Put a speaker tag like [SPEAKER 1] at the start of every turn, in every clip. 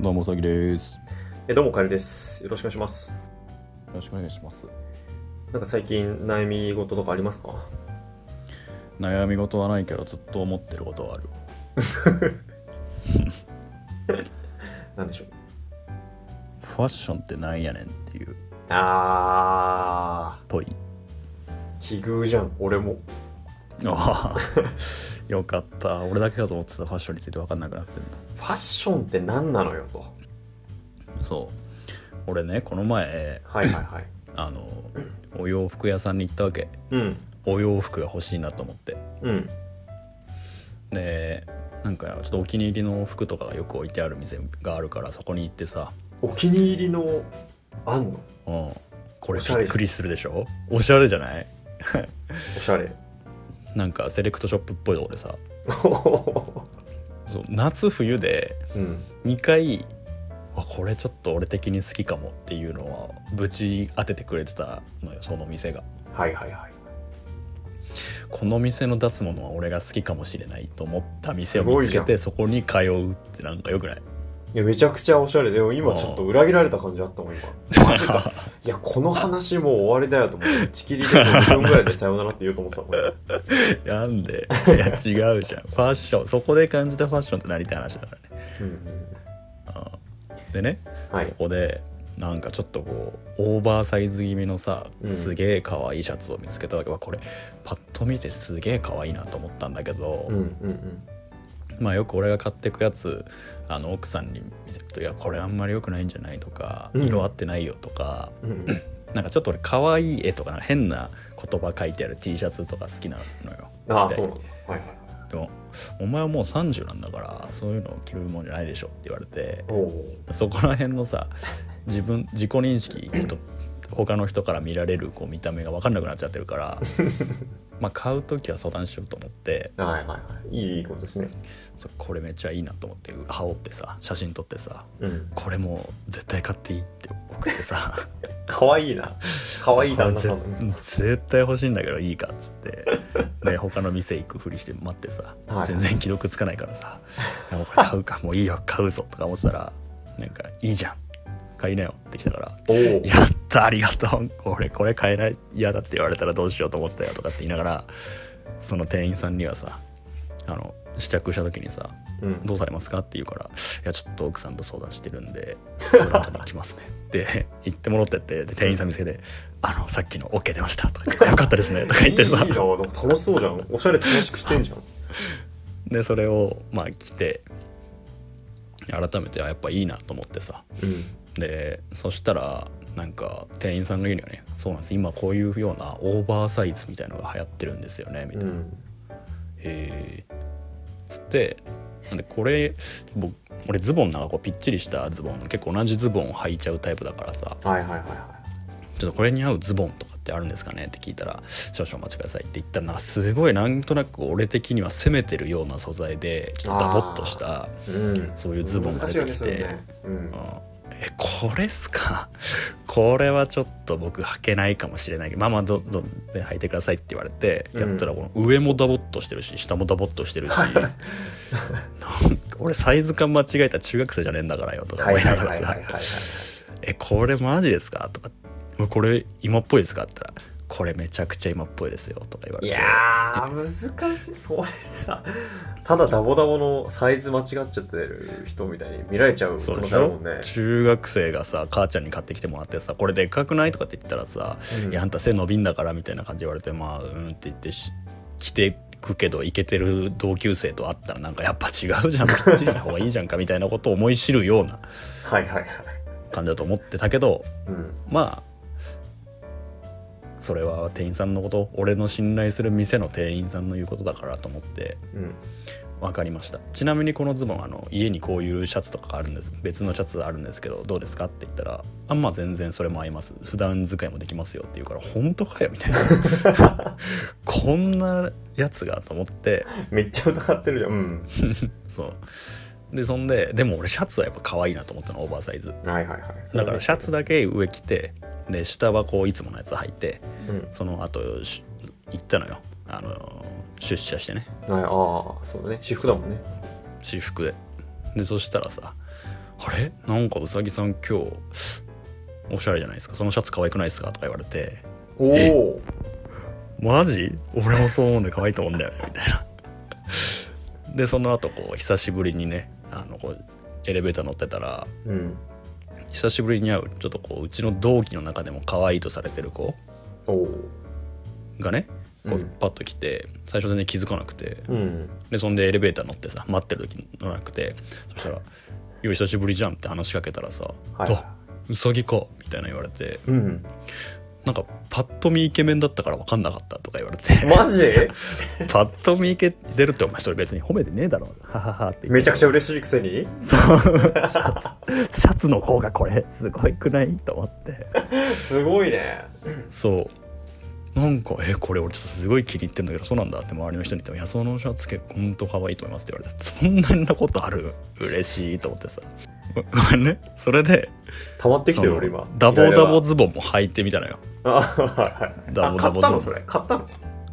[SPEAKER 1] どうもうさぎです。
[SPEAKER 2] えどうもカエルですよろしくお願いします
[SPEAKER 1] よろしくお願いします。
[SPEAKER 2] なんか最近悩み事とかありますか
[SPEAKER 1] 悩み事はないけどずっと思ってることはある。
[SPEAKER 2] なんでしょう
[SPEAKER 1] ファッションってなんやねんっていう
[SPEAKER 2] あ
[SPEAKER 1] 問い。
[SPEAKER 2] ー奇遇じゃん俺も
[SPEAKER 1] ああ、よかった。俺だけかと思ってたファッションについて分かんなくなってる
[SPEAKER 2] ファッションって何なのよと
[SPEAKER 1] の。そう。俺ね、この前、
[SPEAKER 2] はいはい はい
[SPEAKER 1] あの、お洋服屋さんに行ったわけ。
[SPEAKER 2] うん
[SPEAKER 1] お洋服が欲しいなと思って。
[SPEAKER 2] うん
[SPEAKER 1] で、なんかちょっとお気に入りの服とかがよく置いてある店があるから、そこに行ってさ、
[SPEAKER 2] お気に入りのあんの
[SPEAKER 1] うん。これ
[SPEAKER 2] お
[SPEAKER 1] び
[SPEAKER 2] しゃれ
[SPEAKER 1] っくりするでしょおしゃれじゃない
[SPEAKER 2] おしゃ れ
[SPEAKER 1] なんかセレクトショップっぽいとこでさそう夏冬で
[SPEAKER 2] うん
[SPEAKER 1] 2回あこれちょっと俺的に好きかもっていうのはぶち当ててくれてたのよその店が
[SPEAKER 2] はいはいはい
[SPEAKER 1] この店の出すものは俺が好きかもしれないと思った店を
[SPEAKER 2] すご
[SPEAKER 1] 見つ
[SPEAKER 2] いじ
[SPEAKER 1] け
[SPEAKER 2] ゃん
[SPEAKER 1] てそこに通うってなんかよくない
[SPEAKER 2] いやめちゃくちゃおしゃれでも今ちょっと裏切られた感じあったもん今マジかいやこの話もう終わりだよと思って打ち切りで5分ぐらいでさようならって言おうと思ってたもん 俺
[SPEAKER 1] なんでいや違うじゃんファッションそこで感じたファッションってなりたい話だからね
[SPEAKER 2] うんうん
[SPEAKER 1] でね
[SPEAKER 2] は
[SPEAKER 1] そ
[SPEAKER 2] い
[SPEAKER 1] こでなんかちょっとこうオーバーサイズ気味のさ
[SPEAKER 2] うん
[SPEAKER 1] すげえ可愛いシャツを見つけたわけはこれパッと見てすげえ可愛いなと思ったんだけど、
[SPEAKER 2] うんうんうん
[SPEAKER 1] まあよく俺が買ってくやつあの奥さんに見せると「いやこれあんまり良くないんじゃない?」とか「
[SPEAKER 2] うん
[SPEAKER 1] 色合ってないよ」とか、
[SPEAKER 2] うんうん
[SPEAKER 1] なんかちょっと俺可愛い絵とかなんか変な言葉書いてある T シャツとか好きなのよ。
[SPEAKER 2] ああ
[SPEAKER 1] 着て
[SPEAKER 2] そうなんだはいはい
[SPEAKER 1] でも「お前はもう30なんだからそういうのを着るもんじゃないでしょ」って言われて
[SPEAKER 2] おお
[SPEAKER 1] そこら辺のさ自分自己認識人他の人から見られるこう見た目が分かんなくなっちゃってるから まあ買う時は相談しようと思って
[SPEAKER 2] ーはいはいはいいいことですね
[SPEAKER 1] そうこれめっちゃいいなと思って羽織ってさ写真撮ってさ
[SPEAKER 2] うん
[SPEAKER 1] これもう絶対買っていいって送ってさ
[SPEAKER 2] 可愛いな可 愛い旦那さん
[SPEAKER 1] これぜ絶対欲しいんだけどいいかっつってで他の店行くふりして待ってさ
[SPEAKER 2] はい
[SPEAKER 1] 全然既読つかないから さ「もうこれ買うかもういいよ買うぞ」とか思ってたらなんか「いいじゃん買いなよ」ってきたから
[SPEAKER 2] おお
[SPEAKER 1] やったありがとう俺これ買えない嫌だって言われたらどうしようと思ってたよとかって言いながらその店員さんにはさあの試着した時にさ
[SPEAKER 2] うん
[SPEAKER 1] 「どうされますか?」って言うから「いやちょっと奥さんと相談してるん でその後に来ますね」って言ってもらってってで店員さん見つけて「あのさっきの OK 出ました」とか言って「よかったですね」とか言
[SPEAKER 2] いい
[SPEAKER 1] っ
[SPEAKER 2] い
[SPEAKER 1] てさ
[SPEAKER 2] いななんか楽しそうじゃんおしゃれ楽しくしてんじゃん
[SPEAKER 1] でそれをまあ着て改めてあやっぱいいなと思ってさ
[SPEAKER 2] うん
[SPEAKER 1] でそしたらなんか店員さんが言うにはね「そうなんです今こういうようなオーバーサイズみたいのが流行ってるんですよね」みたいな
[SPEAKER 2] う
[SPEAKER 1] 「
[SPEAKER 2] ん
[SPEAKER 1] へえ」つってなんでこれ僕俺ズボンなんかこうぴっちりしたズボン結構同じズボンを履いちゃうタイプだからさ
[SPEAKER 2] はいはいはいはい
[SPEAKER 1] 「ちょっとこれに合うズボンとかってあるんですかね?」って聞いたら「少々お待ちください」って言ったらなんかすごいなんとなく俺的には攻めてるような素材でちょっとダボっとした。
[SPEAKER 2] うん
[SPEAKER 1] そういうズボンが
[SPEAKER 2] 難しい
[SPEAKER 1] 出
[SPEAKER 2] よ
[SPEAKER 1] て
[SPEAKER 2] ね
[SPEAKER 1] き
[SPEAKER 2] それ
[SPEAKER 1] て、
[SPEAKER 2] ねうん
[SPEAKER 1] えこれっすか これはちょっと僕履けないかもしれないけどまあまあどどんどん履いてくださいって言われて
[SPEAKER 2] うん
[SPEAKER 1] やったらこの上もダボっとしてるし下もダボっとしてるしなんか俺サイズ感間違えた中学生じゃねえんだからよとか
[SPEAKER 2] はい
[SPEAKER 1] 思い
[SPEAKER 2] は
[SPEAKER 1] ないがら
[SPEAKER 2] はいは
[SPEAKER 1] さ
[SPEAKER 2] いはい
[SPEAKER 1] 「えこれマジですか?」とか「これ今っぽいですか?」って言ったら「これめちゃくちゃ今っぽいですよ」とか言われ
[SPEAKER 2] い
[SPEAKER 1] て
[SPEAKER 2] やー難しいそれさただダボダボのサイズ間違っちゃってる人みたいに見られちゃう可
[SPEAKER 1] そう
[SPEAKER 2] 能
[SPEAKER 1] で
[SPEAKER 2] 性
[SPEAKER 1] し
[SPEAKER 2] ある
[SPEAKER 1] ょ
[SPEAKER 2] もんね
[SPEAKER 1] 中学生がさ母ちゃんに買ってきてもらってさ「これでっかくない?」とかって言ったらさ
[SPEAKER 2] うん
[SPEAKER 1] いやあんた背伸びんだからみたいな感じで言われてまあうんって言ってし着てくけどイケてる同級生と会ったらなんかやっぱ違うじゃんこっちにいた方がいいじゃんかみたいなことを思い知るような
[SPEAKER 2] はいはいはい
[SPEAKER 1] 感じだと思ってたけど
[SPEAKER 2] うん
[SPEAKER 1] まあそれは店員さんのこと俺の信頼する店の店員さんの言うことだからと思って
[SPEAKER 2] うん
[SPEAKER 1] 分かりましたちなみにこのズボンあの家にこういうシャツとかあるんです別のシャツあるんですけどどうですかって言ったら「あんまあ全然それも合います普段使いもできますよ」って言うから「本当かよ」みたいな こんなやつがと思って
[SPEAKER 2] めっちゃ疑ってるじゃんうん
[SPEAKER 1] そうでそんででも俺シャツはやっぱ可愛いなと思ったのオーバーサイズ
[SPEAKER 2] はいはいはい
[SPEAKER 1] だからシャツだけ上着てで下はこういつものやつ履いて
[SPEAKER 2] うん
[SPEAKER 1] その後し行ったのよあの出社してね
[SPEAKER 2] はい、ああそうだね私服だもんね
[SPEAKER 1] 私服ででそしたらさあれなんかうさぎさん今日おしゃれじゃないですかそのシャツ可愛くないですかとか言われて
[SPEAKER 2] おお
[SPEAKER 1] マジ俺もそう思うんで可愛いと思うんだよねみたいなでその後こう久しぶりにねあのこうエレベーター乗ってたら
[SPEAKER 2] うん
[SPEAKER 1] 久しぶりに会うちょっとこううちの同期の中でも可愛いとされてる子
[SPEAKER 2] おお
[SPEAKER 1] がねこ
[SPEAKER 2] う
[SPEAKER 1] うんパッと来て、最初全然気づかなくて
[SPEAKER 2] うん
[SPEAKER 1] でそんでエレベーター乗ってさ待ってる時に乗らなくてそしたら「よい久しぶりじゃん」って話しかけたらさ「
[SPEAKER 2] はい
[SPEAKER 1] あうさぎか」みたいな言われて
[SPEAKER 2] うん
[SPEAKER 1] なんかパッと見イケメンだったから分かんなかったとか言われて
[SPEAKER 2] マジ
[SPEAKER 1] パッと見イケてるってお前それ別に褒めてねえだろはははって
[SPEAKER 2] めちゃくちゃ
[SPEAKER 1] ゃ
[SPEAKER 2] 嬉しいくせに
[SPEAKER 1] シャツの方がこれすごいくないと思って
[SPEAKER 2] すごいね
[SPEAKER 1] そうなんかえこれ俺ちょっとすごい気に入ってんだけどそうなんだって周りの人に言っても「いやそのシャツ結構ほんと可愛いと思います」って言われてそんなになことある嬉しいと思ってさごごめんねそれで
[SPEAKER 2] 溜まってきてる
[SPEAKER 1] その
[SPEAKER 2] 俺今
[SPEAKER 1] ダボダボ
[SPEAKER 2] イ
[SPEAKER 1] ズボンも履いてみたのよ
[SPEAKER 2] ライラはあはい
[SPEAKER 1] ダ
[SPEAKER 2] ダ
[SPEAKER 1] ボ
[SPEAKER 2] ボ
[SPEAKER 1] ダボズボン
[SPEAKER 2] ダボ買ったのそれ買ったの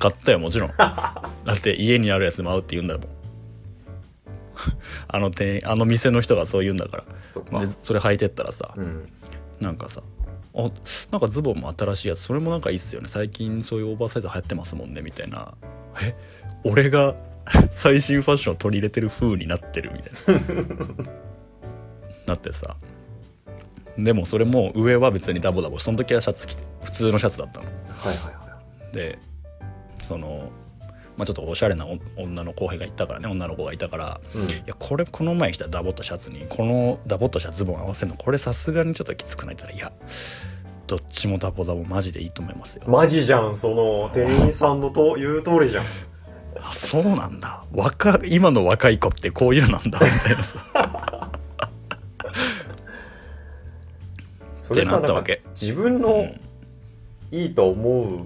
[SPEAKER 1] 買ったよも ちろんだって家にあるやつでも合うって言うんだも んあの店員あの店の人がそう言うんだから
[SPEAKER 2] そっか
[SPEAKER 1] でそれ履いてったらさ、
[SPEAKER 2] うん
[SPEAKER 1] なんかさあなんかズボンも新しいやつそれもなんかいいっすよね最近そういうオーバーサイズ流行ってますもんねみたいなえ俺が 最新ファッションを取り入れてる風になってるみたいな なってさでもそれも上は別にダボダボその時はシャツ着て普通のシャツだったの
[SPEAKER 2] はいはいは
[SPEAKER 1] でその、まあ、ちょっとおしゃれなお女の後輩がいたからね女の子がいたから
[SPEAKER 2] いうん
[SPEAKER 1] いやこれこの前着たダボっとシャツにこのダボっとしたズボン合わせるのこれさすがにちょっときつくないって言ったらいやどっちもダボダボマジでいいと思いますよ
[SPEAKER 2] マジじゃんその店員さんのと言う通りじゃん
[SPEAKER 1] あそうなんだ若今の若い子ってこういうのなんだみたいなさ
[SPEAKER 2] それ
[SPEAKER 1] って
[SPEAKER 2] さ
[SPEAKER 1] な
[SPEAKER 2] な
[SPEAKER 1] ったわ
[SPEAKER 2] んか
[SPEAKER 1] け
[SPEAKER 2] 自分
[SPEAKER 1] う
[SPEAKER 2] の
[SPEAKER 1] ん
[SPEAKER 2] いいと思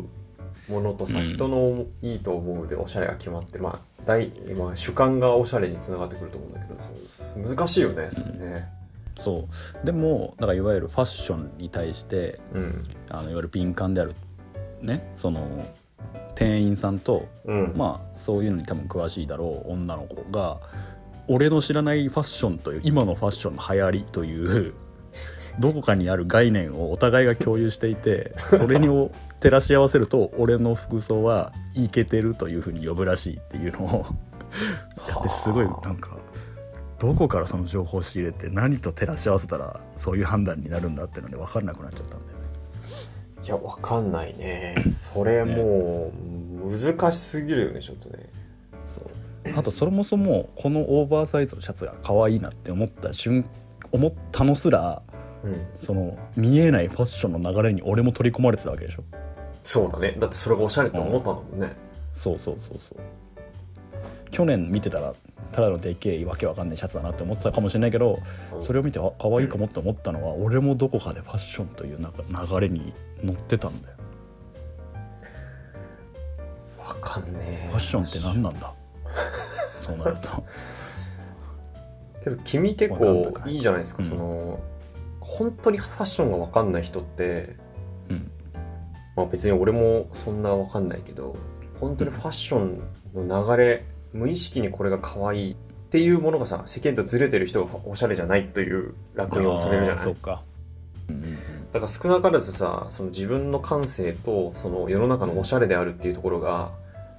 [SPEAKER 2] うものとさ、
[SPEAKER 1] うん
[SPEAKER 2] 人のいいと思うでおしゃれが決まってまあ大、まあ、主観がおしゃれにつながってくると思うんだけどそう難しいよねそれね
[SPEAKER 1] そうでもだからいわゆるファッションに対して
[SPEAKER 2] うん
[SPEAKER 1] あのいわゆる敏感であるねその店員さんと
[SPEAKER 2] うん、
[SPEAKER 1] まあそういうのに多分詳しいだろう女の子が俺の知らないファッションという今のファッションの流行りというどこかにある概念をお互いが共有していてそれにを照らし合わせると俺の服装はイケてるというふうに呼ぶらしいっていうのをやってすごいなんかどこからその情報を仕入れて何と照らし合わせたらそういう判断になるんだってので分かんなくなっちゃったんだよね。
[SPEAKER 2] いやわかんないねそれもう難しすぎるよねちょっとね
[SPEAKER 1] そうあとそもそもこのオーバーサイズのシャツが可愛いなって思った瞬思ったのすら
[SPEAKER 2] うん
[SPEAKER 1] その見えないファッションの流れに俺も取り込まれてたわけでしょ
[SPEAKER 2] そうだねだってそれがおしゃれと思ったんだもんね、
[SPEAKER 1] そうそうそうそう去年見てたらただのでけえわけわかんないシャツだなって思ってたかもしれないけど
[SPEAKER 2] うん
[SPEAKER 1] それを見てあ可愛いかもって思ったのは俺もどこかでファッションというなんか流れに乗ってたんだよ
[SPEAKER 2] わかんねえ
[SPEAKER 1] ファッションって何なんだそうなると
[SPEAKER 2] けど君結
[SPEAKER 1] わかん
[SPEAKER 2] 構
[SPEAKER 1] なくない
[SPEAKER 2] いいじゃないですか、
[SPEAKER 1] うん
[SPEAKER 2] その本当にファッションが分かんない人って、
[SPEAKER 1] うん
[SPEAKER 2] まあ、別に俺もそんな分かんないけど本当にファッションの流れ無意識にこれが可愛いっていうものがさ世間とずれてる人がおしゃれじゃないという落用をされるじゃ
[SPEAKER 1] あー
[SPEAKER 2] ない
[SPEAKER 1] そうか、うんうんうん
[SPEAKER 2] だから少なからずさその自分の感性とその世の中のおしゃれであるっていうところが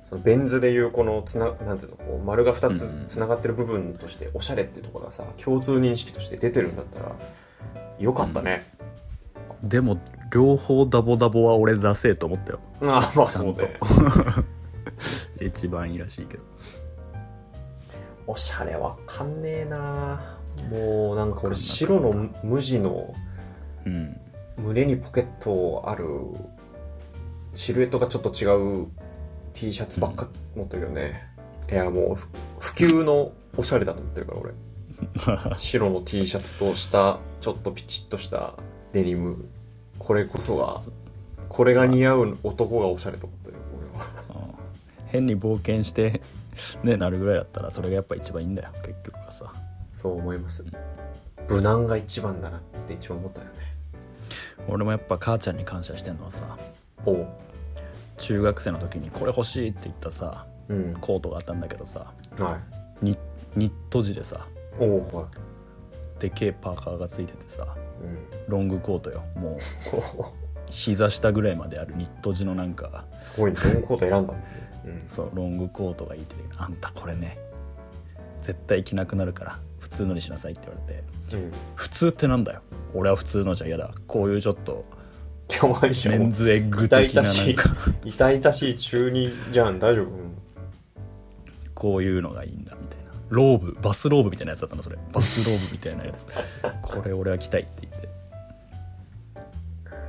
[SPEAKER 2] そのベン図でいうこのつななんていうのこう丸が2
[SPEAKER 1] うんうん
[SPEAKER 2] つつながってる部分としておしゃれっていうところがさ共通認識として出てるんだったらよかったね、
[SPEAKER 1] でも両方ダボダボは俺出せと思ったよ
[SPEAKER 2] ああまあ
[SPEAKER 1] ちゃ
[SPEAKER 2] そうん
[SPEAKER 1] と
[SPEAKER 2] ね
[SPEAKER 1] 一番いいらしいけど
[SPEAKER 2] おしゃれわかんねえなもうなんか
[SPEAKER 1] わかんなかった
[SPEAKER 2] 俺白の無地の
[SPEAKER 1] うん
[SPEAKER 2] 胸にポケットあるシルエットがちょっと違う T シャツばっか持ってるよね、いやもうふ普及のおしゃれだと思ってるから俺 白の T シャツと下ちょっとピチッとしたデニムこれこそがこれが似合う男がおしゃれと思ってる俺は
[SPEAKER 1] 変に冒険して ねなるぐらいだったらそれがやっぱ一番いいんだよ結局はさ
[SPEAKER 2] そう思います無難が一番だなって一番思ったよね
[SPEAKER 1] 俺もやっぱ母ちゃんに感謝してんのはさ
[SPEAKER 2] おう
[SPEAKER 1] 中学生の時にこれ欲しいって言ったさ
[SPEAKER 2] うん
[SPEAKER 1] コートがあったんだけどさ
[SPEAKER 2] はい
[SPEAKER 1] ニニット地でさ
[SPEAKER 2] おうはい
[SPEAKER 1] でけえパーカーがついててさ
[SPEAKER 2] うん
[SPEAKER 1] ロングコートよ もう
[SPEAKER 2] こ
[SPEAKER 1] 膝下ぐらいまであるニット地のなんか
[SPEAKER 2] うすごいねロングコート選んだんですね、うん、
[SPEAKER 1] そうロングコートがいいってあんたこれね絶対着なくなるから普通のにしなさいって言われて
[SPEAKER 2] うん
[SPEAKER 1] 普通ってなんだよ俺は普通のじゃ嫌だこういうちょっと
[SPEAKER 2] 今日はいいじゃ
[SPEAKER 1] メン
[SPEAKER 2] ん
[SPEAKER 1] ズエッグ
[SPEAKER 2] 痛
[SPEAKER 1] 的な
[SPEAKER 2] 々
[SPEAKER 1] な
[SPEAKER 2] し
[SPEAKER 1] ん
[SPEAKER 2] い
[SPEAKER 1] か
[SPEAKER 2] 痛々しい中二じゃん大丈夫、うん
[SPEAKER 1] こういうのがいいんだみたいなローブバスローブみたいなやつだった のそれバスローブみたいなやつこれ俺は着たいって言って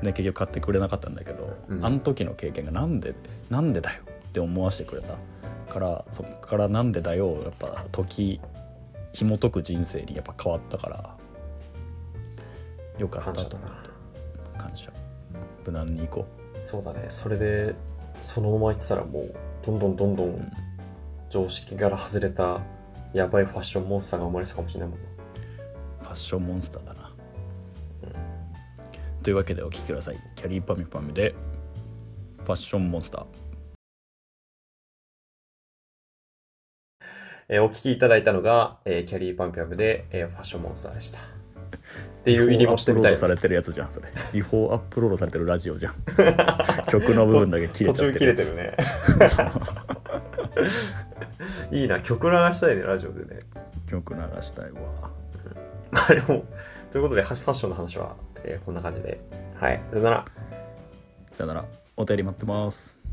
[SPEAKER 1] で結局買ってくれなかったんだけど、
[SPEAKER 2] うん
[SPEAKER 1] あの時の経験がなんでなんでだよって思わせてくれたからそっからなんでだよをやっぱ時紐解く人生にやっぱ変わったからよかった
[SPEAKER 2] 感謝
[SPEAKER 1] と
[SPEAKER 2] だ
[SPEAKER 1] 思って
[SPEAKER 2] な
[SPEAKER 1] 感謝無難に行こ
[SPEAKER 2] そうだねそれでそのまま行ってたらもうどんどんどんどん常識から外れたやばいファッションモンスターが生まれてたかもしれないもんな
[SPEAKER 1] うファッションモンスターだな、というわけでお聴きくださいキャリーパミュパミュでファッションモンスター
[SPEAKER 2] えーお聞きいただいたのが、えーキャリーパンピャムで、えーファッションモンスターでしたっていう入りもしてみたい
[SPEAKER 1] 違法アップロードされてるやつじゃんそれ違法アップロードされてるラジオじゃ ん曲の部分だけ切れ
[SPEAKER 2] 途
[SPEAKER 1] ちゃっ
[SPEAKER 2] 中
[SPEAKER 1] て
[SPEAKER 2] 切
[SPEAKER 1] るや
[SPEAKER 2] れ
[SPEAKER 1] つ
[SPEAKER 2] てるねいいな曲流したいねラジオでね
[SPEAKER 1] 曲流したいわ
[SPEAKER 2] まあでもということではファッションの話は、えーこんな感じではいさよなら
[SPEAKER 1] さよならお便り待ってます